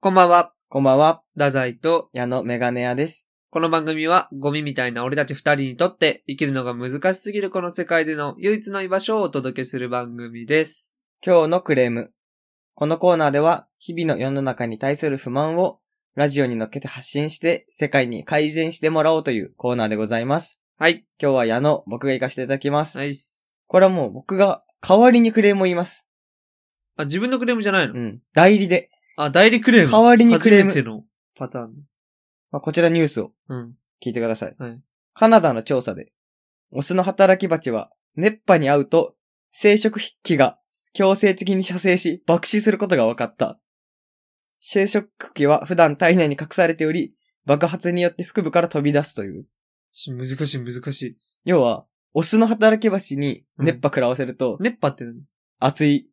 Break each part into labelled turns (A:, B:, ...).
A: こんばんは、
B: こんばんは、
A: ダザイと、
B: 矢野メガネ屋です。
A: この番組はゴミみたいな俺たち二人にとって生きるのが難しすぎるこの世界での唯一の居場所をお届けする番組です。
B: 今日のクレーム。このコーナーでは、日々の世の中に対する不満を、ラジオに乗っけて発信して、世界に改善してもらおうというコーナーでございます。
A: はい、
B: 今日は矢野、僕が行かせていただきます。
A: はいっす。
B: これはもう僕が代わりにクレームを言います。
A: あ、自分のクレームじゃないの、
B: うん。代理で。
A: あ、代理クレーム。
B: 代わりにクレーム
A: 初めてのパターン。
B: まあ、こちらニュースを
A: うん。
B: 聞いてください。
A: はい
B: カナダの調査で、オスの働き蜂は、熱波に遭うと、生殖器が強制的に射精し、爆死することが分かった。生殖器は普段体内に隠されており、爆発によって腹部から飛び出すという。
A: し難しい難しい。
B: 要は、オスの働き蜂に熱波食らわせると、
A: 熱波って何
B: 熱い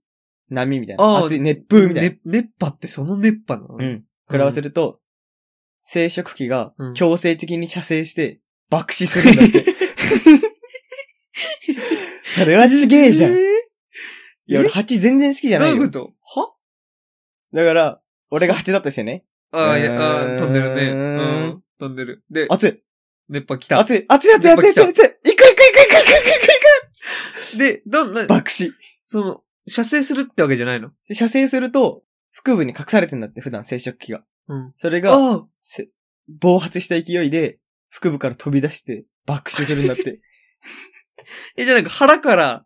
B: 波みたい
A: あ
B: な。
A: ー
B: 熱い熱風みたいな。
A: ね熱波ってその熱波なの、
B: うん。食らわせると、生殖器が
A: うん
B: 強制的に射精して爆死するんだ って。それはちげえじゃん。
A: え
B: いや、俺
A: え
B: 蜂全然好きじゃ
A: どう
B: な
A: い
B: い
A: うこ
B: よ。
A: とは
B: だから、俺が蜂だとしてね。
A: あーいうや、あ
B: ーん
A: ー飛んでるね。うん。飛んでる。で、
B: 熱い
A: 熱波来た。
B: 熱い熱い熱い熱い熱い熱い熱い行く行く行く行く行く行く行く
A: で、どんな、
B: 爆死。
A: その、射精するってわけじゃないの
B: で射精すると、腹部に隠されてんだって、普段生殖器が。
A: うん。
B: それが、
A: あ
B: せ暴発した勢いで、腹部から飛び出して爆死するんだ って。
A: え、じゃあなんか腹から、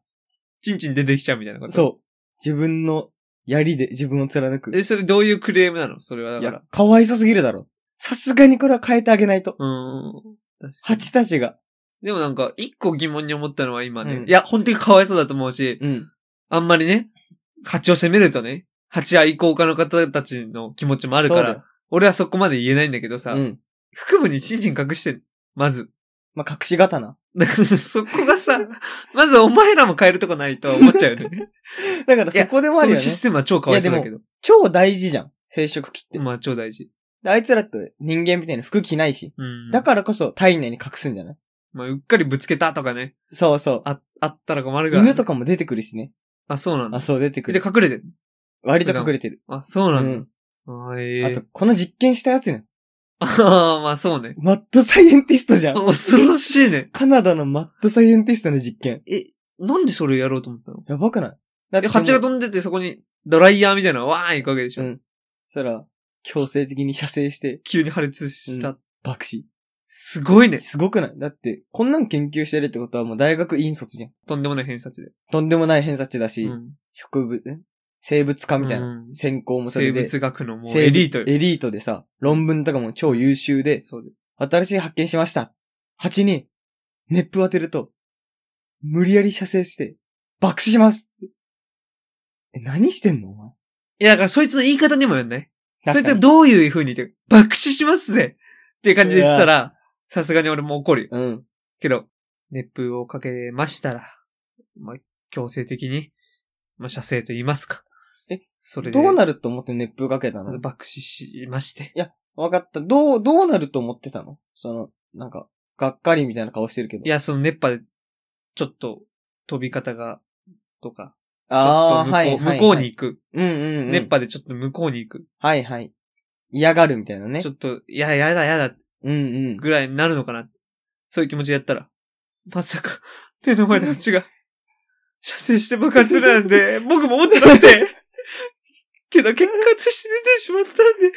A: チンチン出てきちゃうみたいなことう。
B: そう。自分の槍で自分を貫く。
A: え、それどういうクレームなのそれはだ
B: い
A: か
B: や
A: ら。、
B: かわいそすぎるだろ。さすがにこれは変えてあげないと。
A: うーん。確かに
B: 蜂たちが。
A: でもなんか、一個疑問に思ったのは今ね、
B: うん
A: いや、本当にかわいそうだと思うし、
B: うん。
A: あんまりね、蜂を責めるとね、蜂愛好家の方たちの気持ちもあるか
B: そうだ
A: ら、俺はそこまで言えないんだけどさ、
B: よ。うん。
A: 腹部にチンチン隠してる。まず。
B: まあ、隠し刀。
A: だからそこがさ、まずお前らも変えるとこないとは思っちゃうよね。
B: だから
A: いや
B: そこでもあ
A: そ
B: る
A: の
B: よね
A: シ。ステムは超かわいそうだけど。
B: 超大事じゃん。生殖器って。
A: まあ超大事。
B: であいつらって人間みたいな服着ないし。
A: うん。
B: だからこそ体内に隠すんじゃない
A: まあ、うっかりぶつけたとかね。
B: そうそう。
A: あ、あったら困るから、
B: 犬と
A: か。
B: かも出てくるしね。
A: あ、そうなんだ
B: あ、。そう、出てく
A: で、
B: る。
A: 隠れてる。
B: 割と隠れてる。
A: あ、そう
B: う
A: なんだ。
B: ん。
A: あー、え
B: あ
A: え
B: と、この実験したやつね。
A: ああ、まあそう ね。
B: マッドサイエンティストじゃん。
A: 恐ろしいね。
B: カナダのマッドサイエンティストの実験。
A: え、なんでそれをやろうと思ったの
B: やばくないだ
A: で、
B: もう
A: 蜂が飛んでてそこにドライヤーみたいなのがわーい行くわけでしょ。
B: うんそしたら、強制的に射精して、
A: 急に破裂した。
B: う爆死。
A: すごいね。
B: すごくないだって、こんなん研究してるってことはもう大学院卒じゃん。
A: とんでもない偏差値で。
B: とんでもない偏差値だし、
A: うん
B: 植物、ん生物科みたいな、
A: うん
B: 専攻もそ
A: 生
B: れで。
A: 物学のもう
B: 生物
A: エリートよ。
B: エリートでさ、論文とかも超優秀で、
A: そうで。
B: 新しい発見しました。蜂に、熱風当てると、無理やり射精して、爆死しますえ、何してんのお前。
A: いや、だからそいつの言い方にもよんね。そいつ
B: 確か
A: は
B: に
A: どういう風に言って、爆死しますぜっていう感じで言ってたら、さすがに俺も怒るよ。
B: うん。
A: けど、熱風をかけましたら、まあ、強制的に、まあ、射精と言いますか。
B: え、
A: それで、
B: どうなると思って熱風かけたの
A: 爆死しまして。
B: わかった。どう、どうなると思ってたのその、なんか、がっかりみたいな顔してるけど。
A: い、や、その熱波で、ちょっと、飛び方が、とか、
B: あ
A: ちょっと向
B: あ、
A: こう
B: はい。
A: 向こうに
B: はい。
A: 行く。
B: うんうん、うん。
A: 熱波でちょっと向こうに行く。
B: はいはい。嫌がるみたいなね
A: ちょ。っと、いや、やだ、やだ、
B: うんうん。
A: ぐらいになるのかな。そういう気持ちでやったら、まさか、目の前の蜂が、射精して爆発するなん て、僕も思ってなくて、けど結果として出てしまったんで、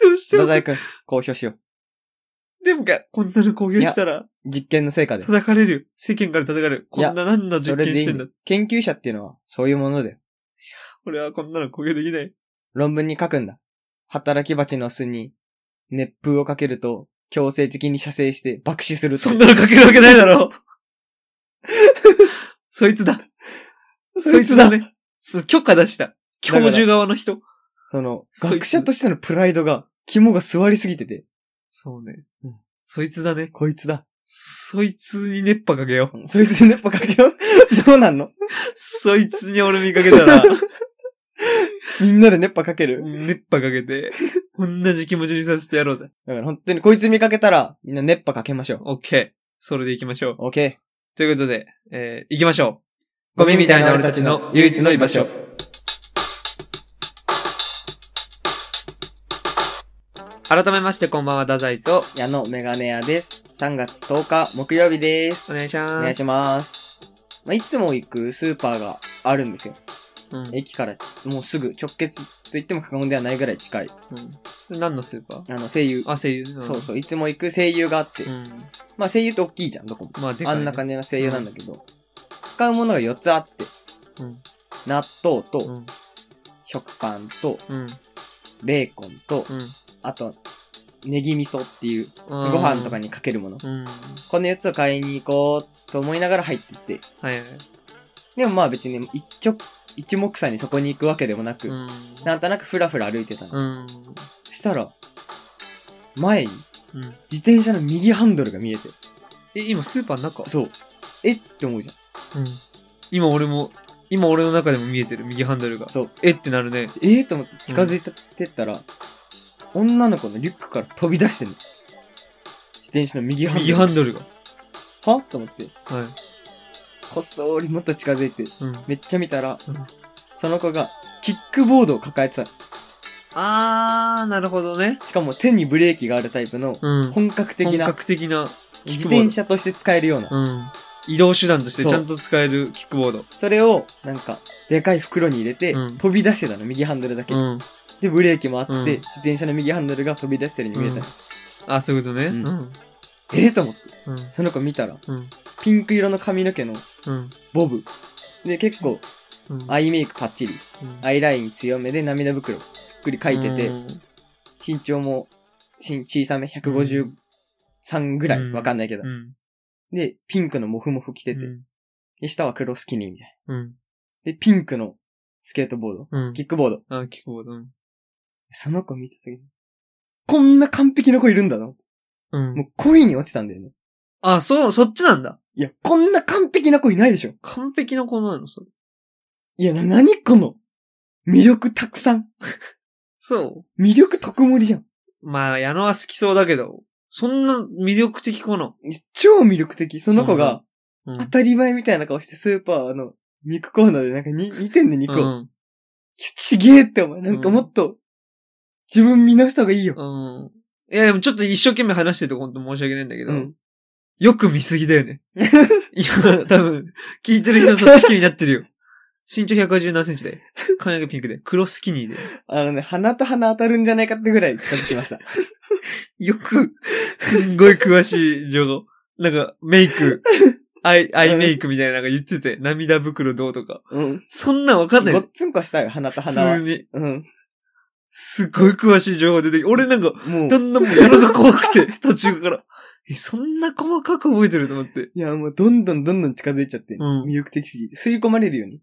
A: どうして
B: 太宰
A: も。
B: くん、公表しよう。
A: でもか、こんなの公表したら、
B: 実験の成果で。
A: 叩かれるよ。世間から叩かれる。こ
B: いや
A: んな何の
B: そ
A: 実
B: れ
A: 験
B: でい
A: し
B: い
A: て
B: ん
A: んだ
B: だ。。研究者っていうのは、そういうものだよ。
A: 俺はこんなの公表できない。
B: 論文に書くんだ。働き蜂の巣に、熱風をかけると、強制的に射精して爆死するって。
A: そんなの書けるわけないだろう。 そいつだ。そいつだ。ね。その許可出した。教授側の人。
B: その、
A: そいつ
B: 学者としてのプライドが、肝が座りすぎてて、
A: そうね
B: うん。
A: そいつだね。
B: こいつだ。
A: そいつに熱波かけよう。
B: そいつに熱波かけよう。どう なんの
A: そいつに俺見かけたら、
B: みんなで熱波かける。
A: 熱波かけて、同じ気持ちにさせてやろうぜ。
B: だから本当にこいつ見かけたら、みんな熱波かけましょう。
A: オッケー。それで行きましょう。
B: オッケ
A: ということで、えー、行きましょう。
B: ー。
A: ゴミみたいな俺たちの唯一の居場所。。改めまして、こんばんは、太宰と、
B: 矢野メガネ屋です。3月10日木曜日です。
A: お願いします。
B: お願いします。まあ、いつも行くスーパーがあるんですよ。
A: うん
B: 駅からもうすぐ直結と言っても過言ではないぐらい近い。
A: うん。何のスーパー
B: あの、声優。
A: あ、声優。
B: そう
A: う
B: そう、いつも行く声優があって。
A: ん。うん。
B: まあ声優って大きいじゃん、どこも。
A: まあ、でか
B: あ
A: いね
B: んな感じの声優なんだけど。使うものが4つあって。
A: うん
B: 納豆
A: う
B: と、
A: ん。
B: 食パンと、
A: うん。
B: ベーコンと、
A: うん。
B: あと、ネギ味噌っていう、
A: うん
B: ご飯とか。にかけるもの。
A: うん。
B: この4つを買いに行こうと思いながら入ってって。
A: はいはい。
B: でもまあ別に一直、一目散にそこに行くわけでもなく、
A: うん。
B: なんとなくふらふら歩いてたの。
A: うん。
B: そしたら、前に
A: うん。
B: 自転車の右ハンドルが見えて。
A: え、今、スーパーの中
B: そう。えって思うじゃ
A: うん。今、俺も、今、俺の中でも見えてる、右ハンドルが
B: ん。。そう。
A: えってなるね。
B: えー、と思って近づいてったら、女の子のリュックから飛び出してんの。自転車の右ハンドル。
A: 右ハンドルが。
B: はと思って、
A: はい。
B: こっそりもっと近づいて、
A: うん。
B: めっちゃ見たら、
A: うん
B: その子がキックボードを抱えてたの。
A: あー、なるほどね。
B: しかも手にブレーキがあるタイプの、
A: うん。
B: 本格的
A: 本
B: な、
A: 格的なキッ
B: 自
A: クボード
B: 転車として使えるような。
A: うん。移動手段としてちゃんと使えるキックボード。
B: それを、なんか、でかい袋に入れて、
A: うん
B: 飛び出してたの、右ハンドルだけ。
A: うん。
B: で、ブレーキもあって、
A: うん
B: 自転車の右ハンドルが飛び出してるように見えたの。
A: あ、そういうことね。う。
B: うんん
A: うん。
B: ええと思って、その子見たら、
A: うん。
B: ピンク色の髪の毛の
A: うん。
B: ボブ。で、結構、
A: うん。
B: アイメイクパッチリ。アイライン強めで涙袋、ぷっくり書いてて、
A: うん
B: 身長もし小さめ、153ぐら
A: う
B: い、
A: ん
B: わかんないけど
A: う。ん。
B: で、ピンクのモフモフ着てて、で下は黒スキニーみたい
A: うん。
B: な。で、ピンクのスケートボード、
A: うん。
B: キックボード。
A: あ、キックボード。うん
B: その子見た時に、こんな完璧な子いるんだな。
A: うん。
B: もう恋に落ちたんだよね。
A: あ、そう、そっちなんだ。
B: いや、こんな完璧な子いないでしょ。
A: 完璧な子なの、それ。
B: いや、な、なにこの魅力たくさん。
A: そ
B: 魅力特盛りじゃん。
A: う。まあ、矢野は好きそうだけど、そんな魅力的かな。
B: 超魅力的。その子
A: そう
B: が、
A: うん
B: 当たり前みたいな顔してスーパーの肉コーナーでなん かに2点で肉を。
A: うん
B: ちげえってお前、なんかもっと自分見直した方がいいよ。
A: うん。いや、でもちょっと一生懸命話してると本当申し訳ないんだけど、
B: うん
A: よく見すぎだ よね。今、多分、聞いてる人そっち気になってるよ。身長180何センチで、髪の毛ピンクで、黒スキニーで。
B: あのね、鼻と鼻当たるんじゃないかってぐらい近づき ました。
A: よく、すんごい詳しい情報。なんか、メイク、アイ、アイメイクみたいなのが言ってて、涙袋どうとか。
B: うん。
A: そんなんわかんない
B: ご
A: よ
B: っ。つんこしたよ、鼻と
A: 普
B: 鼻は
A: 通。に。
B: うん。
A: すごい詳しい情報出てきて、俺なんか、
B: もう
A: だ、んだんもうやるが怖くて、 途中から。え、そんな細かく覚えてると思って。
B: いや、もうどんどんどんどん近づいちゃって、
A: うん
B: 魅力的すぎて、吸い込まれるように。い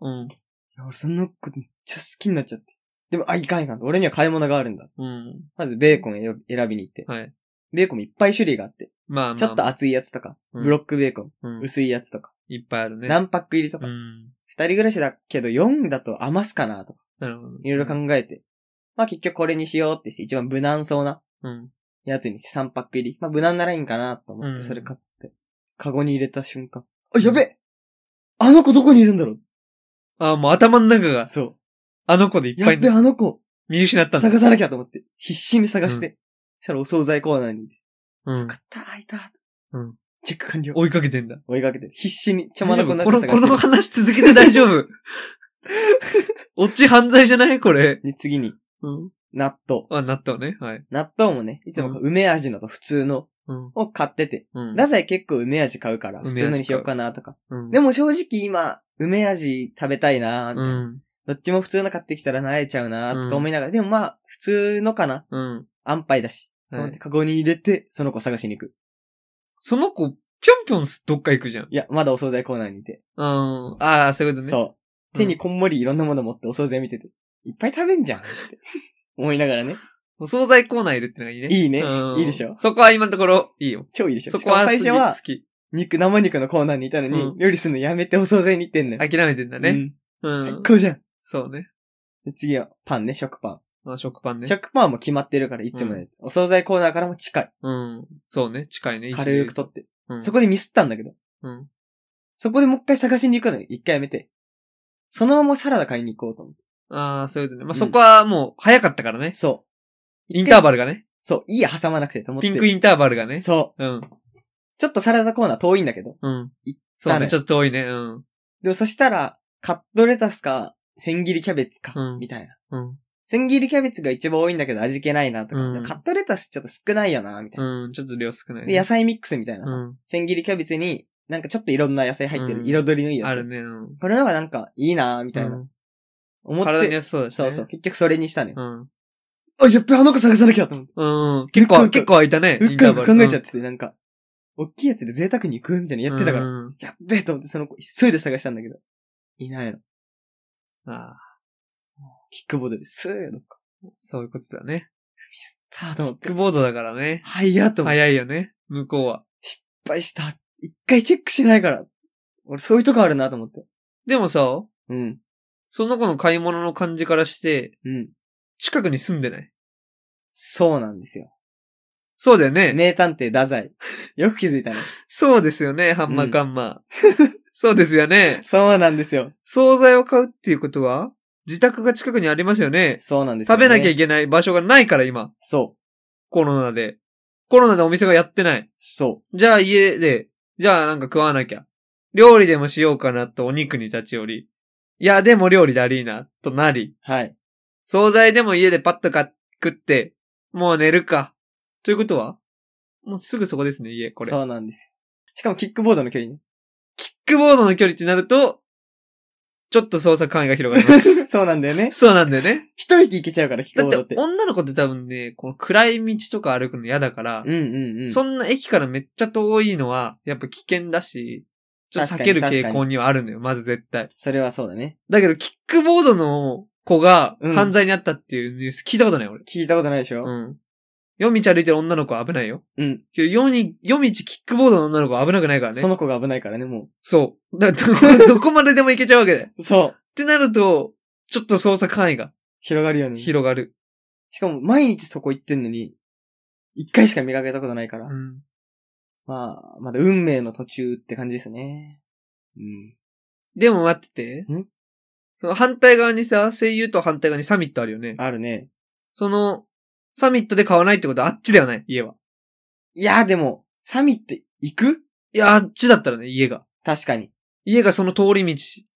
A: うん。
B: や、俺そんなことめっちゃ好きになっちゃって。でも、あ、いかんいかん。俺には買い物があるんだ。
A: うん。
B: まずベーコンを選選びに行って。
A: はい。
B: ベーコンもいっぱい種類があって。
A: まあまあ。
B: ちょっと厚いやつとか、
A: うん
B: ブロックベーコン、
A: うん、
B: 薄いやつとか、
A: いっぱいあるね。
B: 何パック入りと
A: う
B: か、
A: ん。
B: 二人暮らしだけど4だと余すかなとか、
A: なるほど。
B: いろいろ考えて。まあ結局これにしようってして、一番無難そうな
A: うん。
B: やつにして3パック入り。まあ無難なラインかなと思っ
A: うん
B: て、それ買って、カゴに入れた瞬間。あ、やべえあの子どこにいるんだろう
A: ああ、もう頭の中が、
B: そう。
A: あの子でいっ
B: や
A: ぱ
B: っ
A: い
B: べえ、あの子
A: 見失ったんだ。
B: 探さなきゃと思って、必死に探して、そしたらお惣菜コーナーにいて、
A: うん。
B: 買った、開いた。
A: うん。
B: チェック完了。
A: 追いかけてんだ。
B: 追いかけてる。必死に邪魔
A: 大丈
B: な
A: 夫
B: 子になっ
A: こ
B: て
A: の、
B: 探して
A: この話続けて大丈 夫。オチ犯罪じゃないこれ。
B: で、次に、
A: うん。
B: 納豆。
A: あ、納豆ね。はい。
B: 納豆もね、いつもこう梅味のと普通の
A: うん。
B: を買ってて、
A: うん。
B: なぜ結構梅味買うから、
A: 梅
B: 普
A: 味
B: 通のにしようかなとか。
A: うん
B: でも正直今、梅味食べたいなみた
A: う
B: いな、
A: ん。
B: どっちも普通の買ってきたら慣れちゃうな
A: うん
B: とか思いながら、でもまあ、普通のかな
A: うん。
B: 安牌だし。
A: は
B: と
A: い
B: 思ってカゴに入れて、その子探しに行く。
A: その子、ぴょんぴょんどっか行くじゃん。うん。
B: いや、まだお惣菜コーナーにいて。
A: ああ、そういうことね。
B: そ
A: う
B: う。
A: ん
B: 手にこんもりいろんなもの持ってお惣菜見てて、いっぱい食べん じゃんって思いながらね。
A: お惣菜コーナーいるってのがいいね。
B: いいね
A: うん
B: いいでしょ
A: そこは今のところ、いいよ。
B: 超いいでしょ。
A: そこは
B: しかも最初は
A: 好、き。
B: 肉、生肉のコーナーにいたのに、
A: うん
B: 料理するのやめてお惣菜に行ってんのよ。
A: 諦めてんだね。う
B: うん。
A: ん
B: 最。高じゃん。
A: そうね。
B: で次は、パンね、食パン。
A: まあ、食パンね。
B: 食パンはもう決まってるから、いつものやつ。お惣菜コーナーからも近い。
A: うん。そうね。近いね。
B: 軽く取って。
A: うん。
B: そこでミスったんだけど。
A: うん。
B: そこでもう一回探しに行くのよ。一回やめて。そのままサラダ買いに行こうと思って。
A: ああ、そういうことね。まあ、そこはもう、早かったからね。
B: そ
A: インター
B: ル。
A: バルがね。
B: そう、いい挟まなくてと思って。
A: ピンクインターバルがね。
B: そう。
A: うん。
B: ちょっとサラダコーナー遠いんだけど。
A: うん
B: 行。
A: そう
B: ね
A: ね、ちょっと遠いね。うん。
B: でもそしたら、カットレタスか、千切りキャベツか、
A: うん
B: みたいな。
A: うん。
B: 千切りキャベツが一番多いんだけど味気ないなとか、
A: うん
B: カットレタスちょっと少ないよな、みたいな。
A: うん、ちょっと量少ないね。
B: で、野菜ミックスみたいなさ、
A: う
B: 千切りキャベツに、なんかちょっといろんな野菜入ってる、
A: うん
B: 彩りのいい
A: ん。
B: やつ。
A: あるね。うん。み
B: これの方がなんかいいな、みたいな。。思って。
A: 体に優しそうだし
B: そ
A: ね。
B: うそう。結局それにしたね。
A: うん。
B: あ、やっぱりあの子探さなきゃと思って。
A: うん。結構、結構空いたね。
B: うっかうっか考えちゃっててて、なんか、大きいやつで贅沢に行くみたいなのやってたから、
A: ら。
B: やっべえと思ってその子、急いで探したんだけど、いないの。
A: あ
B: キックボードですーのか。
A: あ、そういうことだね。
B: ミスったーと思っ
A: キック
B: て。
A: ボードだからね。
B: はいやと思って。
A: 早いよね。向こうは。
B: 失敗した。一回チェックしないから。俺そういうとこあるなと思って。
A: でもさ、
B: うん。
A: その子の買い物の感じからして、
B: うん。
A: 近くに住んでない。
B: そうなんですよ。
A: そうだよね。
B: 名探偵太 宰。よく気づいたね。
A: そうですよね、ハンマーカンマー。 そうですよね。
B: そうなんですよ。
A: 惣菜を買うっていうことは、自宅が近くにありますよね。
B: そうなんですよ、
A: 食べなきゃい
B: け
A: けない場所がないから今、
B: そう。
A: コロナで。コロナでお店がやってない。
B: そ
A: じゃあ家で、じゃあなんか食わなきゃ。料理でもしようかなとお肉に立ち寄り。いや、でも料理だりーな、となり。
B: う。はい。
A: 惣菜でも家でパッと買っ食って、もう寝るか。ということはもうすぐそこですね、家、これ。キッ
B: そうなんですよ。しかもキックボードの距離ね。
A: クボードの距離ってなると、ちょっと操作範囲が広がります。
B: そうなんだよね。
A: そうなんだよね。
B: 一息いけちゃうから、キック
A: だ
B: ボードっ。
A: ってて、女の子って多分ね、この暗い道とか歩くの嫌だから、
B: うんうんうん。
A: そんな駅からめっちゃ遠いのは、やっぱ危険だし、ちょっと避ける
B: 確かに
A: 傾向にはあるのよ、まず絶対。
B: それはそうだね。
A: だけど、キックボードの子が
B: うん
A: 犯罪にあったっていうニュース聞いたことない、俺。
B: 聞いたことないでしょ、
A: うん。夜道歩いてる女の子は危ないよ。
B: うん。
A: けど夜に、夜道キックボードの女の子は危なくないからね。
B: その子が危ないからね、も
A: そう。 だからどどこまででも行けちゃうわけだよ。っ
B: う。そう。
A: てなると、ちょっと捜査範囲が
B: 広がるよね。し
A: 広がる。
B: かも、毎日そこ行ってんのに、一回しか見かけたことないから。
A: うん。
B: まあ、まだ運命の途中って感じですね。うん。
A: でも待ってて。
B: ん
A: その反対側にさ、声優と反対側にサミットあるよね。
B: あるね。
A: その、サミットで買わないってことはあっちではない、家は。
B: いや、でも、サミット行く
A: いや、あっちだったらね、家が。
B: 確かに。
A: 家がその通り道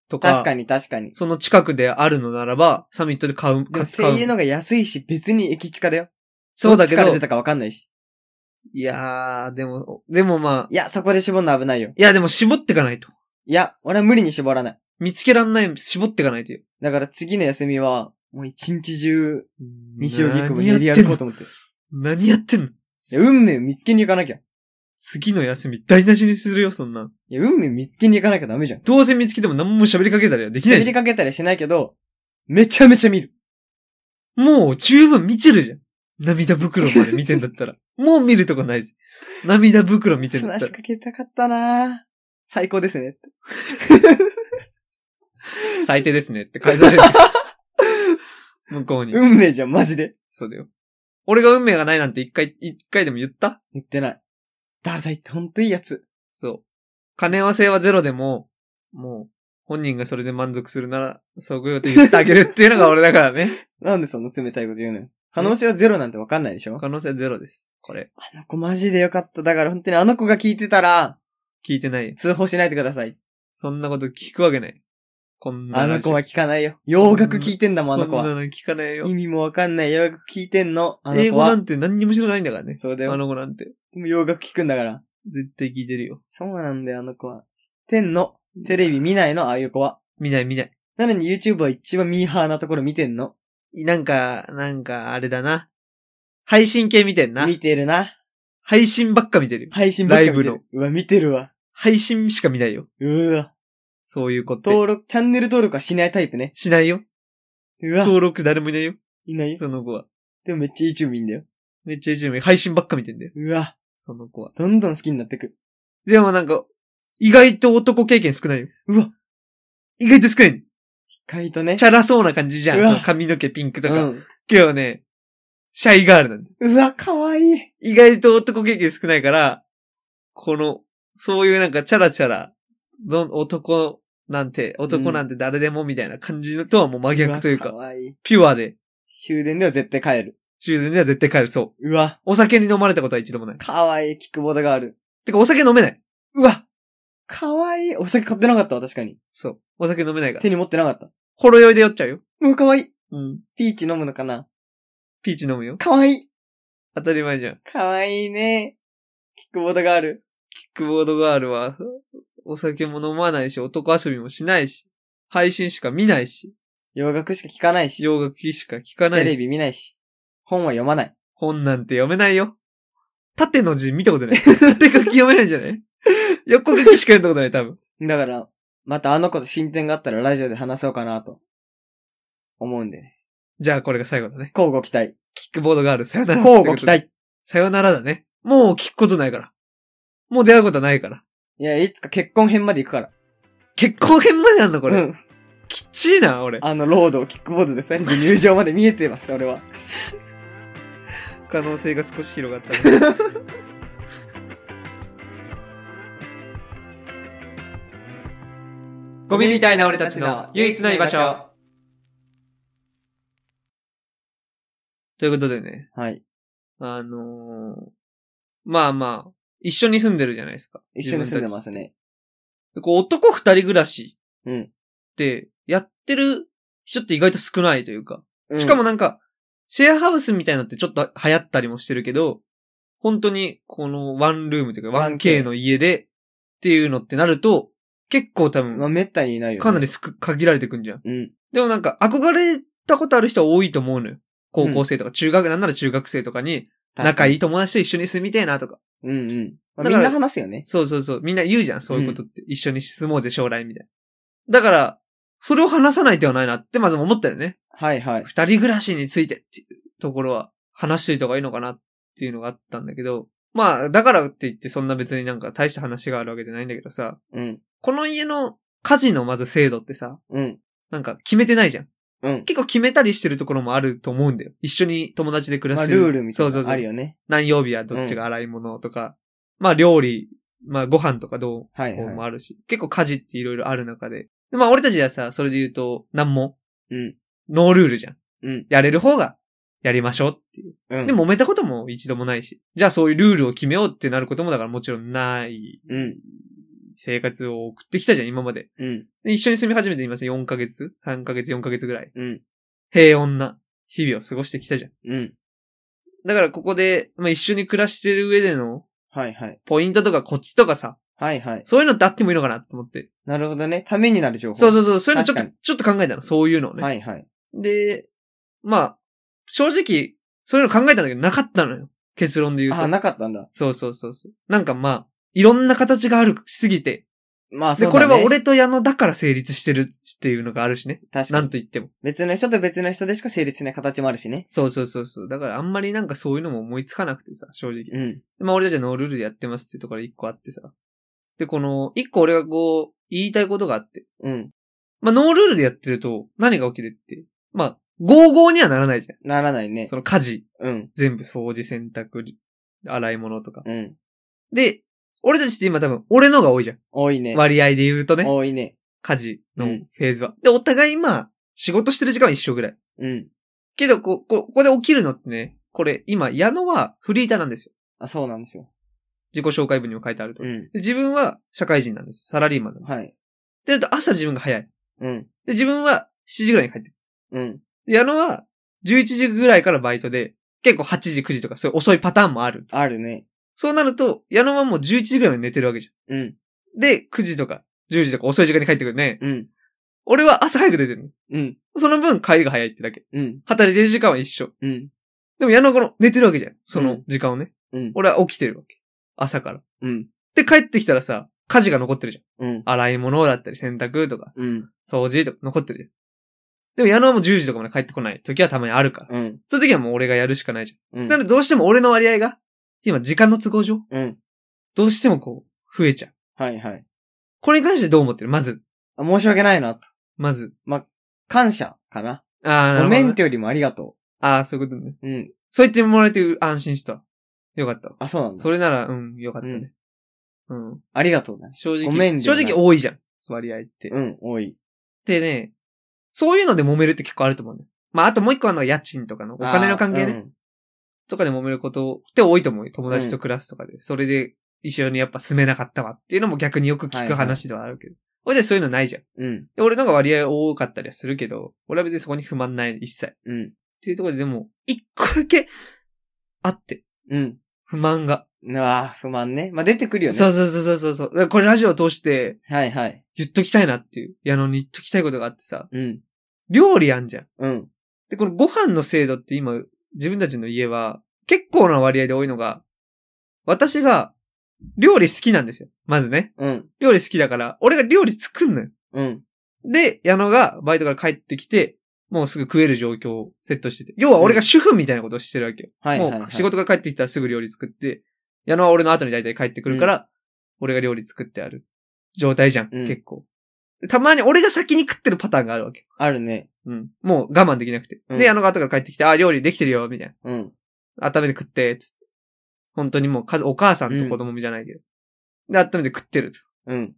A: とか、
B: 確かに、確かに。
A: その近くであるのならば、サミットで買う、
B: で
A: 買
B: も、
A: う。
B: 声優のが安いし、別に駅近だよ。
A: そうだけ
B: っちから
A: ど
B: 出、たか分かんないし。
A: いやー、でも、でもまあ、
B: いや、そこで絞るの危ないよ。
A: いや、でも絞ってかないと。
B: いや、俺は無理に絞らない。
A: 見つけらんない、絞ってかないという。
B: だから次の休みは、もう一日中、西荻窪
A: 何
B: 練り
A: やってん
B: 歩こう
A: の
B: と思ってる。
A: 何やってんの
B: いや、運命見つけに行かなきゃ。い
A: 次の休み台無しにするよ、そんなん。
B: や、運命見つけに行かなきゃダメじゃん。
A: どうせ見つけても何も喋りかけたりはできな
B: 喋り
A: い。
B: かけたりしないけど、めちゃめちゃ見る。
A: もう十分見てるじゃん。涙袋まで見てんだった ら。もう見るとこないぜ。涙袋見てんだった
B: 話し
A: ら。
B: かけたかったな最高ですね。
A: 最低ですねって返される。 向こうに。
B: 運命じゃん、マジで。
A: そうだよ。俺が運命がないなんて一回、一回でも言った
B: 言ってない。ダサいってほんといいやつ。
A: そう。金合わせはゼロでも、もう、本人がそれで満足するなら、そういうこと言ってあげるっていうのが俺だ からね。
B: なんでそんな冷たいこと言うのよ。可能性はゼロなんてわかんないでしょ
A: 可能性ゼロです。これ。
B: あの子マジでよかった。だから本当にあの子が聞いてたら、
A: 聞いてないよ。
B: 通報しないでください。
A: そんなこと聞くわけない。こんな
B: あ
A: 話。
B: の子は聞かないよ。洋楽聞いてんだもん、あの子
A: こん
B: は。
A: なの聞かないよ
B: 意。味もわかんない洋楽聞いてんの、あの
A: 英
B: 子
A: 語な
B: は。
A: んて何にも知らないんだからね。
B: そうだ
A: あ
B: よ。
A: の子なんて。
B: でも洋楽聞くんだから。
A: 絶対聞いてるよ。
B: そうなんだよ、あの子は。知ってんの。テレビ見ないの、ああいう子は。
A: 見ない見ない。
B: なのに YouTube は一番ミーハーなところ見てんの。
A: なんか、なんか、あれだな。配信系見てんな。
B: 見てるな。
A: 配信ばっか見てるよ。
B: 配信ばっか見てる。
A: ライブ
B: うわ、見てるわ。
A: 配信しか見ないよ。
B: うわ。
A: そういうこと。
B: 登録、チャンネル登録はしないタイプね。
A: しないよ。
B: うわ。
A: 登録誰もいないよ。
B: いないよ。
A: その子は。
B: でもめっちゃ YouTube いいんだよ。
A: めっちゃ YouTube 配信ばっか見てんだよ。
B: うわ。
A: その子は。
B: どんどん好きになってく。
A: でもなんか、意外と男経験少ないよ。
B: うわ。
A: 意外と少ない。
B: 意外とね。
A: チャラそうな感じじゃん。
B: うわ
A: その髪の毛ピンクとか。
B: うん
A: 今日はね、シャイガールなんだよ
B: うわ、かわいい。
A: 意外と男経験少ないから、この、そういうなんかチャラチャラ、どん、男なんて、男なんて誰でもみたいな感じのとはもう真逆というか、
B: わかわいい。
A: ピュアで、
B: 終電では絶対帰る。
A: シーズンには絶対帰る。そう。
B: うわ、
A: お酒に飲まれたことは一度もない。
B: かわいいキックボードがある。
A: てか、お酒飲めない。
B: うわ、かわいい。お酒買ってなかったわ、確かに。
A: そう。お酒飲めないから。
B: 手に持ってなかった。
A: ほろ酔いで酔っちゃうよ。
B: うわ、かわいい。
A: うん。
B: ピーチ飲むのかな
A: ピーチ飲むよ。
B: かわいい。
A: 当たり前じゃん。
B: かわいいね。キックボードがある。
A: キックボードガールは、お酒も飲まないし、男遊びもしないし、配信しか見ないし、
B: 洋楽しか聞かないし、
A: 洋楽しか聞かな
B: テレ
A: いし、
B: ビ見ないし、本は読まない。
A: 本なんて読めないよ。縦の字見たことない。縦書き読めないんじゃない横書きしか読んだことない、多分。
B: だから、またあの子と進展があったらラジオで話そうかなと、思うんでね。
A: じゃあこれが最後だね。
B: 交互期待。
A: キックボードガール、さよなら。
B: 交互期待。
A: さよならだね。もう聞くことないから。もう出会うことはないから。
B: いや、いつか結婚編まで行くから。
A: 結婚編まであんのこれ。
B: うん。
A: きっちいな、俺。
B: あの、ロードをキックボードで二人で入場まで見えてます、俺は。
A: 可能性が少し広がったね。 ゴミみたいな俺たちの唯一の居場所。ということでね、
B: はい。
A: あのー、まあまあ、一緒に住んでるじゃないですか。
B: 一緒に住んでます
A: ね。
B: ね。
A: こう男二人暮らし
B: うん
A: って、やってる人って意外と少ないというか。しかも
B: な、
A: なんか、シェアハウスみたいなのってちょっと流行ったりもしてるけど、本当にこのワンルームというか
B: 1K
A: の家でっていうのってなると、結構多
B: まあ、
A: 分、
B: めったにいないよ、ね。
A: かなりすく限られてくんじゃん。
B: うん。
A: でもなんか憧れたことある人は多いと思うのよ。高校生とか中学、なんなら中学生とかに、仲い
B: い。
A: い友達と一緒に住みたいなとか。
B: うんうん。まあ、
A: だ
B: み
A: から
B: んな話すよね。
A: そうそうそう。みんな言うじゃん、そういうことって。一緒に住もうぜ、将来みたいな。だから、それを話さない手はないなって、まず思ったよね。
B: はいはい。
A: 二人暮らしについてっていうところは話していた方がいいのかなっていうのがあったんだけど、まあ、だからって言ってそんな別になんか大した話があるわけじゃないんだけどさ、
B: うん。
A: この家の家事のまず制度ってさ、
B: うん。
A: なんか決めてないじゃん。
B: うん。
A: 結構決めたりしてるところもあると思うんだよ。一緒に友達で暮ら
B: まあ、
A: してる。
B: ルールみたい
A: そう
B: な
A: そう
B: の
A: そ
B: あ
A: う
B: る。よね。
A: 何曜日はどっちが洗い物とか、まあ料理、まあご飯とかどう
B: はい
A: こうも
B: はい。
A: あるし、結構家事っていろいろある中で。でまあ俺たちはさ、それで言うと、なんも、
B: うん。
A: ノールールじゃん。
B: うん。
A: やれる方が、やりましょうっていう。
B: うん。
A: で、揉めたことも一度もないし。じゃあそういうルールを決めようってなることもだからもちろんない
B: うん。
A: 生活を送ってきたじゃん、今まで。
B: うん。
A: で一緒に住み始めて今さ、4ヶ月 ?3 ヶ月、4ヶ月ぐらい。
B: うん。
A: 平穏な日々を過ごしてきたじゃん。
B: うん。
A: だからここで、まあ一緒に暮らしてる上での、
B: はいはい。
A: ポイントとかコツとかさ、
B: はいはい。
A: そういうのってあってもいいのかなと思って。
B: なるほどね。ためになる情報。
A: そうそうそう、そういうのちょっと
B: 確か、
A: ちょっと考えたの、そういうのをね。
B: はいはい。
A: で、まあ、正直、そういうの考えたんだけど、なかったのよ。結論で言うと。
B: あ、なかったんだ。
A: そうそうそうそう。なんかまあ、いろんな形があるしすぎて。
B: まあ、そ
A: で、
B: う
A: こ
B: だ
A: れ
B: ね。
A: は俺と矢野だから成立してるっていうのがあるしね。
B: 確か
A: なん
B: に。
A: と言っても。
B: 別の人と別の人でしか成立しない形もあるしね。
A: そうそうそうそう。だからあんまりなんかそういうのも思いつかなくてさ、正直。
B: うん。
A: まあ俺たちはノールールでやってますっていうところが一個あってさ。で、この、一個俺がこう、言いたいことがあって。
B: うん。
A: まあノールールでやってると、何が起きるって。まあ、合合にはならないじゃ
B: ならないね
A: ん。そ。の家事、
B: うん。
A: 全部掃除、洗濯、洗い物とか。
B: うん。
A: で、俺たちって今多分、俺のが多いじゃん。
B: 多いね。
A: 割合で言うとね。
B: 多いね。
A: 家事の
B: うん
A: フェーズは。で、お互い今、仕事してる時間は一緒ぐらい。
B: うん。
A: けど、こ、こ、ここで起きるのってね、これ、今、矢野はフリーターなんですよ。
B: あ、そうなんですよ。
A: 自己紹介文にも書いてあると。
B: う
A: で
B: ん。
A: 自分は社会人なんですよ。サラリーマンなんです。
B: はい。
A: で、だと朝自分が早い。
B: うん。
A: で、自分は7時ぐらいに帰ってく
B: うん。
A: る。で矢野は11時ぐらいからバイトで、結構8時、9時とかそういう遅いパターンもある。
B: あるね。
A: そうなると、矢野はもう11時ぐらいまで寝てるわけじ
B: うん。
A: ゃん。で、9時とか10時とか遅い時間に帰ってくるね。
B: うん。
A: 俺は朝早く出てるの。
B: うん。
A: その分帰りが早いってだけ。
B: うん。
A: 働いてる時間は一緒。
B: うん。
A: でも矢野この寝てるわけじゃん。そうの
B: ん
A: 時間をね。
B: うん。
A: 俺は起きてるわけ。朝から。
B: うん。
A: で、帰ってきたらさ、家事が残ってるじゃん。
B: うん。
A: 洗い物だったり、洗濯とかさ、
B: うん。
A: 掃除とか残ってるじゃん。でも矢野はもう10時とかまで帰ってこない時はたまにあるから。
B: うん。
A: そういう時はもう俺がやるしかないじ
B: う
A: ゃん。
B: ん
A: な。のでどうしても俺の割合が、今時間の都合上、
B: うん。
A: どうしてもこう、増えちゃう。
B: はいはい。
A: これに関してどう思ってるまず、
B: あ申し訳ないなと。
A: まず。
B: 感謝かな。
A: あー、なる
B: ご
A: ほど
B: め
A: ね、
B: んってよりもありがと
A: ああ、そういうことね。
B: う。うん。
A: そう言ってもらえて安心したわ。よかったわ。
B: あ、そうなんだ
A: そ。れなら、うん、よかったね。うん
B: ありがとうだね。
A: 正直。
B: ごめんで
A: 正
B: もない
A: 直多いじゃん。割合って。
B: うん、多い。
A: でね、そういうので揉めるって結構あると思うね。まあ、あともう一個あるのは家賃とかのお金の関係ね。
B: あー。うん
A: とかで揉めることって多いと思うよ。友達と暮らすとかで。それで一緒にやっぱ住めなかったわっていうのも逆によく聞く話ではあるけど。俺じゃそういうのないじゃん。
B: うん。
A: で俺のが割合多かったりはするけど、俺は別にそこに不満ない、一切。っ
B: うん。
A: ていうところででも、一個だけあって、
B: うん。
A: 不満が。
B: うわぁ、不満ね。まあ、出てくるよね。
A: そうそうそうそうそう。だからこれラジオを通して
B: はいはい。
A: 言っときたいなっていう、矢野に言っときたいことがあってさ、
B: うん。
A: 料理あんじゃん。
B: うん。
A: で、このご飯の制度って今、自分たちの家は、結構な割合で多いのが、私が、料理好きなんですよ。まずね。
B: うん。
A: 料理好きだから、俺が料理作んのよ。
B: うん。
A: で、矢野がバイトから帰ってきて、もうすぐ食える状況をセットしてて。要は俺が主婦みたいなことをしてるわけよ。
B: はいはい、はい。
A: もう仕事から帰ってきたらすぐ料理作って、矢野は俺の後に大体帰ってくるから、俺が料理作ってある状態じゃん、
B: うん
A: 結構。たまに俺が先に食ってるパターンがあるわけ。
B: あるね。
A: うん。もう我慢できなくて。
B: うん
A: で、矢野が後から帰ってきて、あ、料理できてるよ、みたい
B: うん。
A: な。温めて食って、つって。本当にもう家族、お母さんと子供じゃないけど。で、温めて食ってると。
B: うん。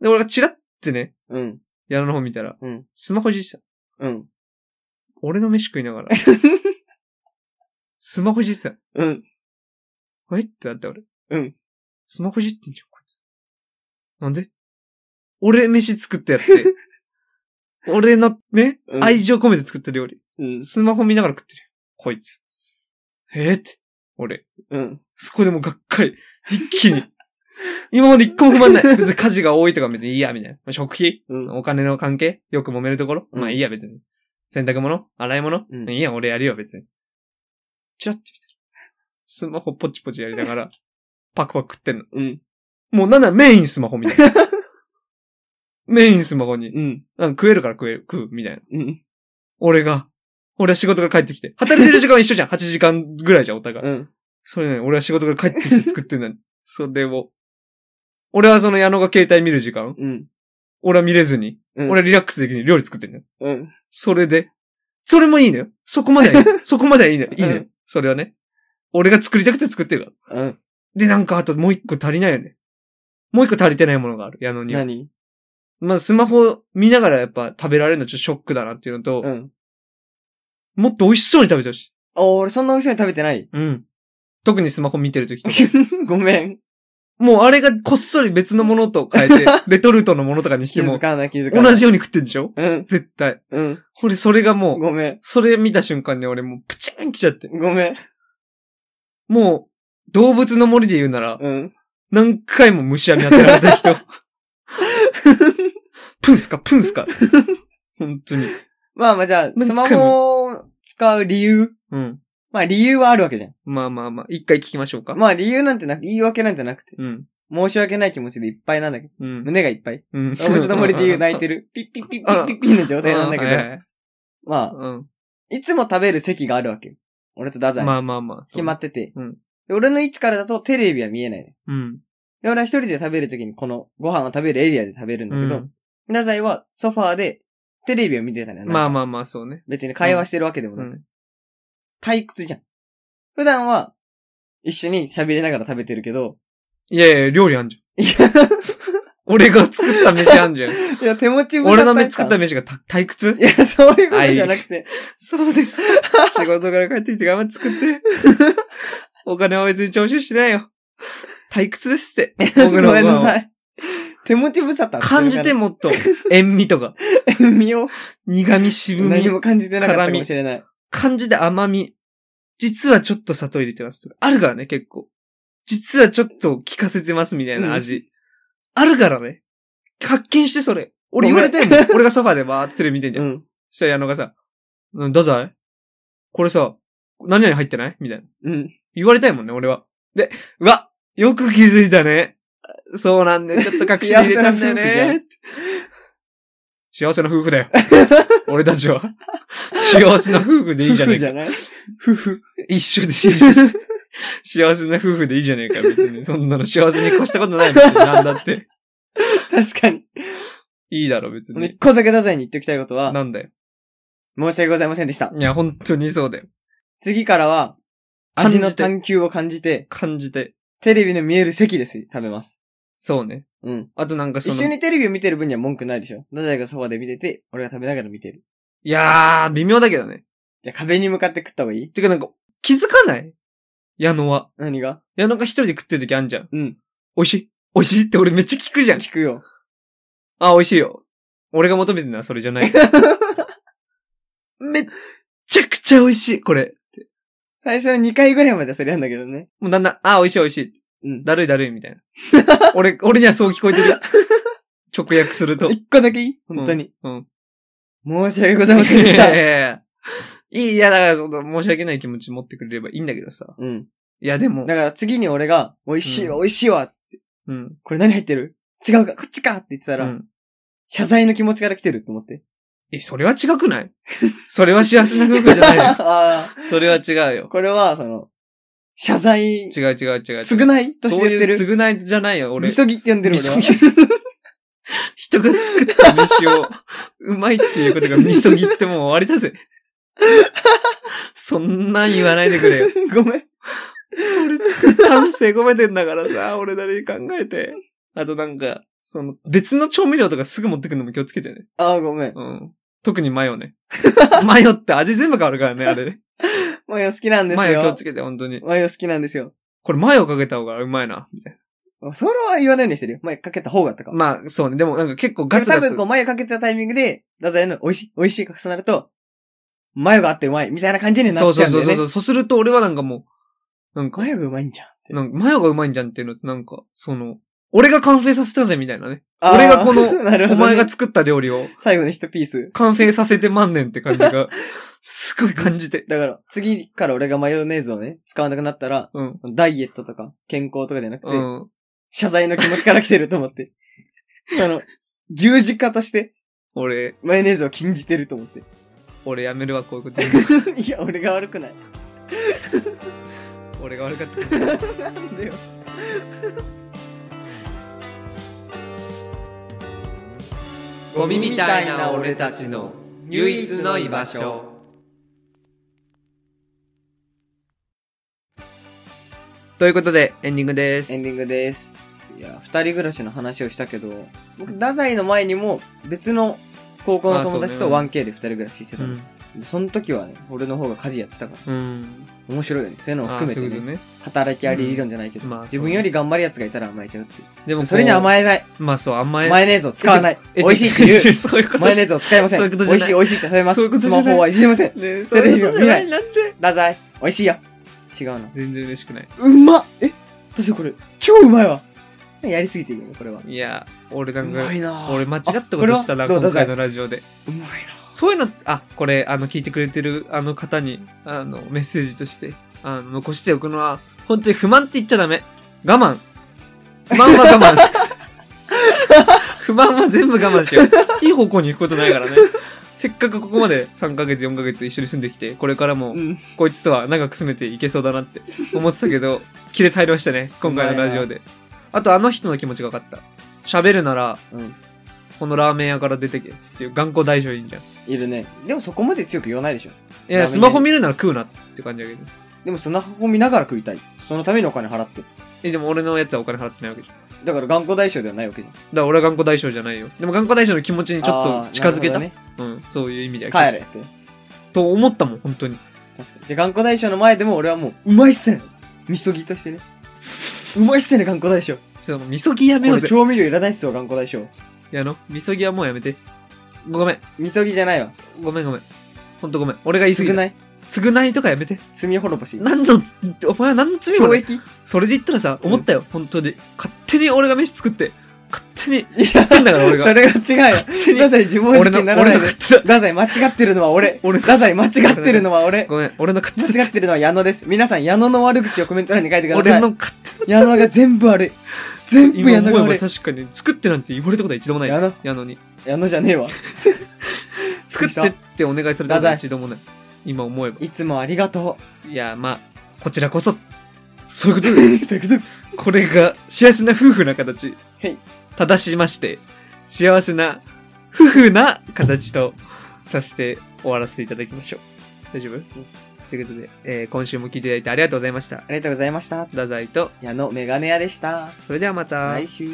A: で、俺がチラってね、
B: うん。
A: 矢野の方見たら、
B: うん
A: スマホいじってた。
B: うん。
A: 俺の飯食いなが ら。スマホいじってた。
B: うん。
A: あれってなって俺。
B: うん。
A: スマホいじってんじゃん、こいつ。なんで俺飯作ってや って。俺のね、
B: うん
A: 愛情込めて作った料理。
B: うん。
A: スマホ見ながら食ってるよ。こいつ。えー、って。俺。
B: うん。
A: そこでもうがっかり。一気 に。今まで一個も不満ない。別に家事が多いとか別にいいや、みたいな。まあ食費
B: うん。
A: お金の関係よく揉めるところ、
B: うん
A: まあいいや別に。洗濯物洗い物、
B: うん
A: いいや俺やるよ別に。チラッて見てる。スマホポチポチやりなが ら、パクパク食ってんの。
B: うん。
A: もうなんならメインスマホみたい な。メインスマホに、
B: うん。
A: なんか食えるから食える、食う、みたいな。
B: うん。
A: 俺が、俺は仕事から帰ってきて。働いてる時間は一緒じゃん。8時間ぐらいじゃん、お互い。
B: うん。
A: それね、俺は仕事から帰ってきて作ってんのに。 それを。俺はその矢野が携帯見る時間
B: うん。
A: 俺は見れずに。
B: うん。
A: 俺はリラックスできずに料理作ってんのよ
B: うん。
A: それで。それもいいのよ。そこまで はいいのよ。そこまではいいのよ。いいの
B: う
A: よ。それはね。俺が作りたくて作ってるから。
B: うん。
A: で、なんかあともう一個足りないよね。もう一個足りてないものがある。矢野には。
B: 何
A: まあ、スマホ見ながらやっぱ食べられるのちょっとショックだなっていうのと、
B: うん。
A: もっと美味しそうに食べてほしい。
B: あ、俺そんな美味しそうに食べてない。
A: うん。特にスマホ見てる時とか。
B: ごめ ん。
A: もうあれがこっそり別のものと変え て、レトルトのものとかにし
B: 気
A: て
B: づ
A: も、
B: かない気づかない。
A: 同じように食ってんでしょ
B: うん。
A: 絶対。
B: うん。
A: 俺それがもう、
B: ごめん。
A: それ見た瞬間に俺もうプチーン来ちゃって。
B: ごめん。
A: もう、動物の森で言うなら、
B: うん。
A: 何回も虫網当てられた 人。プンスか、プンスか。本当に。
B: まあまあじゃあ、
A: 何
B: スマ
A: 回も
B: ホを使う理由。
A: うん。
B: まあ理由はあるわけじゃん。
A: まあまあまあ、一回聞きましょうか。
B: まあ理由なんてなく、言い訳なんてなくて。
A: うん。
B: 申し訳ない気持ちでいっぱいなんだけど。
A: うん。
B: 胸がいっぱい。
A: うん。
B: 動物の森で言う泣 いてる。ピッピッピッピッピッピッの状態なんだけ
A: あは
B: ど。
A: いはい
B: まあ、
A: うん。
B: いつも食べる席があるわけよ。俺とダザイ。
A: まあまあまあ。
B: 決まってて。
A: うん
B: で俺の位置からだとテレビは見えない、ね。
A: た。うん。
B: で、俺は一人で食べるときにこのご飯を食べるエリアで食べるんだけど、
A: うん
B: ダザイはソファーでテレビを見てたね。
A: まあ
B: あ。
A: まあまあ、そうね。
B: 別に会話してるわけでも
A: う
B: なく、
A: ん。
B: 退屈じゃん。普段は一緒に喋りながら食べてるけど、
A: いやいや、料理あんじゃん。
B: いや、
A: 俺が作った飯あん じゃん。
B: いや手持ち無沙汰
A: 俺
B: 感
A: の作った飯がた退屈
B: いや、そういうことじゃなくて、
A: そうです。仕事から帰ってきて頑張って作って。 お金は別に徴収してないよ。退屈です って。
B: ご
A: 僕の
B: めんなさ
A: い。
B: い。手持ち無沙汰っていうのかな。
A: 感じてもっと、塩味とか、
B: 身を
A: 苦味、渋み
B: 何、も感じてなかったかもしれない。
A: 感じて甘み。実はちょっと砂糖入れてますとか。あるからね、結構。実はちょっと効かせてますみたいな味。あるからね。発見してそれ。俺言われたいもん。俺がソファーでバーってテレビ見てんじゃん。
B: ん。
A: そしたら矢野がさ、うん、どうぞいこれさ、何々入ってないみたいな。
B: うん。
A: 言われたいもんね、俺は。で、うわよく気づいたね。そうなん だよ。ちょっと隠し入れたんだよね。幸せな夫婦だよ。 俺たちは。幸せな夫婦でいいじゃねえ
B: 夫婦じ
A: か。
B: ゃない
A: 夫婦。一緒でいいじゃん。幸せな夫婦でいいじゃねえか。別にそんなの幸せに越したことないもん。なんだって。
B: 確かに。
A: いいだろ、別に
B: 一。個だけダザイに言っておきたいことは、
A: なんだよ。
B: 申し訳ございませんでした。
A: いや、本当にそうだよ。
B: 次からは、
A: 感じ
B: 味
A: て
B: の探求を感じて、
A: 感じて。
B: テレビの見える席です。食べます。
A: そうね。
B: うん。
A: あとなんかそ
B: 一
A: の。
B: 緒にテレビを見てる分には文句ないでしょ。ダザイがそばで見てて、俺が食べながら見てる。
A: いやー、微妙だけどね。
B: じゃあ壁に向かって食った方がいい
A: てかなんか、気づかない矢野は。
B: 何が
A: 矢野が一人で食ってる時あんじゃん。
B: うん。
A: 美味しい美味しいって俺めっちゃ聞くじゃん。
B: 聞くよ。
A: あ、美味しいよ。俺が求めてるのはそれじゃ ない。めっちゃくちゃ美味しい、これ。
B: 最初の2回ぐらいまではそれやんだけどね。
A: もうだんだん、あ、美味しい美味しい。
B: うん。
A: だるいだるいみたい な。俺、俺にはそう聞こえてる。直訳すると。
B: 一個だけいい本当に、
A: うん。
B: 申し訳ございませんで し
A: い
B: た。
A: やいやいやいい、いや、だからその、申し訳ない気持ち持ってくれればいいんだけどさ。
B: うん。
A: いや、でも、
B: だから次に俺が、美味しいわ、
A: う
B: 美味しいわ。
A: うん。
B: これ何入ってる違うか、こっちかって言ってたら、
A: うん
B: 謝罪の気持ちから来てるって思って。
A: え、それは違くないそれは幸せな夫婦じゃ ないよ。
B: あー
A: それは違うよ。
B: これは、その、謝
A: 違う違
B: 罪、
A: う違う違う。
B: 償いと
A: そ
B: して
A: う
B: 言っ
A: い
B: て
A: う
B: る。
A: 償いじゃないよ、俺
B: み。そぎって呼んでる俺は。
A: みそ人が作った飯 を、うまいっていうことがみそぎってもう終わりだぜ。そんなん言わないでくれよ。
B: ごめん。
A: 俺作ったのせごめてんだからさ、俺なりに考えて。あとなんか、その、別の調味料とかすぐ持ってくるのも気をつけてね。
B: ああ、ごめん。
A: うん。特にマヨ ね。マヨって味全部変わるからね、あれね。
B: マヨ好きなんですよ。
A: マヨ気をつけて、本当に。
B: マヨ好きなんですよ。
A: これマヨかけた方がうまいな。みたい
B: それは言わないようにしてるよ。マヨかけた方がとか
A: な。。まあ、そうね。でもなんか結構ガ
B: でも
A: ツガ
B: 多
A: ツ。
B: 分こう、マヨかけたタイミングで、ダザエの美味しい、美味しいが重なると、マヨがあってうまい、みたいな感じになっちゃ
A: そううん
B: だ
A: そ
B: よ
A: う
B: ね。
A: そうそう。そうすると俺はなんかもう、なんか
B: マ、ヨがうまいんじゃん。
A: なんかマヨがうまいんじゃんっていうのってなんか、その、俺が完成させたぜみたいなね。
B: あー
A: 俺がこの
B: なるほ
A: お
B: どね
A: 前が作った料理を
B: 最後の一ピース。
A: 完成させてまんねんって感じが、すごい感じて。
B: だから、次から俺がマヨネーズをね、使わなくなったら、
A: うん。
B: ダイエットとか、健康とかじゃなくて、
A: うん。
B: 謝罪の気持ちから来てると思って。 あの、十字架として、
A: 俺、
B: マヨネーズを禁じてると思って。
A: 俺やめるわ、こういうこと。
B: いや、俺が悪くない。
A: 俺が悪かった。
B: なんでよ。
A: ゴミみたいな俺たちの唯一の居場所。ということで、エンディングです
B: エ。ンディングです。いや、二人暮らしの話をしたけど、僕、太宰の前にも別の高校の友達
A: あ
B: と
A: そうね
B: 1K で二人暮らししてたんですよ。でその時はね、俺の方が家事やってたから、
A: うん。
B: 面白いよね。そういうの
A: あ
B: を含
A: ー
B: め
A: そう
B: て
A: いうこと
B: ね、
A: ね。
B: 働きあり理論じゃないけど、
A: うんまあ
B: 自
A: そう
B: 分
A: ね
B: より頑張る奴がいたら甘えちゃうってい
A: でも
B: う。それに甘
A: い。
B: えない。
A: まあそう、甘え。
B: マヨネーズを使わない。
A: え
B: 美味しいっていう。
A: そういうこと
B: マヨネーズを使いません。
A: そういうことじ
B: 美
A: ゃ
B: 味
A: な
B: し
A: い
B: い美味しいって食べま
A: そうい
B: す
A: う。こと
B: ス
A: じゃな
B: マ
A: い
B: ホはいじりません。
A: ねそ
B: テレ
A: れ
B: ビ
A: じ
B: を
A: ゃ
B: 見
A: な
B: ない
A: い。なんて。
B: 太宰、美味しいよ。違うな。
A: 全然嬉しくない。
B: うまっえ太宰これ、超うまいわ。やりすぎてるよね、これは。
A: いや、俺な
B: うんま
A: か、
B: いな
A: 俺間違ったことしたな、
B: あこ
A: 今
B: れはどう
A: 回のラジオで。
B: うまいな
A: そういうの、あ、これ、あの、聞いてくれてる、あの方に、あの、メッセージとして、あの、残しておくのは、本当に不満って言っちゃダメ。我慢。不満は我慢。 不満は全部我慢しよう。いい方向に行くことないからね。せっかくここまで3ヶ月、4ヶ月一緒に住んできて、これからも、
B: うん。
A: こいつとは長く住めていけそうだなって思ってたけど、切れ大量したね、今回のラジオで。あと、あの人の気持ちが分かった。喋るなら、
B: うん。
A: このラーメン屋から出てけっていう頑固大将いいんじゃん。
B: いるね。でもそこまで強く言わないでしょ。
A: いや、スマホ見るなら食うなって感じだけど。
B: でもスマホ見ながら食いたい。そのためにお金払ってる。
A: え、でも俺のやつはお金払ってないわけじゃん。だか
B: だから頑固大将ではないわけじゃん。
A: ら俺は頑固大将じゃないよ。でも頑固大将の気持ちにちょっ
B: あー
A: と近づけた。
B: なるほどね
A: うん、そういう意味で。
B: 帰れって。
A: と思ったもん、本当に。
B: 確かに。じゃあ頑固大将の前でも俺はもう、うまいっすね。みそぎとしてね。うまいっすね、頑固大将。こ
A: その、みそぎやめよう
B: れ
A: ぜ。
B: 調味料いらないっすよ、頑固大将。
A: やの、みそぎはもうやめて。ごめん、
B: みそぎじゃないわ。
A: ごめんごめん。ほんとごめん。俺が言い過ぎ
B: 少
A: た。
B: ない。
A: 償いとかやめて。
B: 罪滅ぼし。
A: 何の、お前は何の罪も
B: 懲
A: ない。
B: 役い
A: それで言ったらさ、
B: うん
A: 思ったよ、本当に。勝手に俺が飯作って、勝手に、
B: や、
A: 変だから俺が
B: それは違うよ。
A: 勝手に
B: ダ、ザイ自暴自
A: 俺の、俺
B: 棄に
A: の
B: ならないで
A: 勝。手な、
B: ダザイ間違ってるのは俺。
A: 俺の
B: ダザイ間違ってるのは俺。
A: ごめん、俺の勝手
B: 間
A: な
B: 違ってるのは矢野です。皆さん、矢野の悪口をコメント欄に書いてください。
A: 俺の勝手な
B: 矢野が全部悪い。全部矢
A: 今
B: 野
A: 思
B: が
A: えば
B: 悪い。
A: 確かに作ってなんて言われたことは一度もない
B: 矢野
A: やのに
B: 矢野じゃねえわ。
A: 作ってってお願いされたことは一度もない今思えば
B: いつもありがと
A: いやまあこちらこそそういうこと
B: う。
A: で
B: そういうこ
A: すこれが幸せな夫婦な形
B: はい
A: 正しまして幸せな夫婦な形とさせて終わらせていただきましょう大丈夫ということで、えー今週も聞いていただいてありがとうございました
B: ありがとうございました。
A: 太宰と
B: 矢野メガネ屋でした。
A: それではまた、
B: 来週。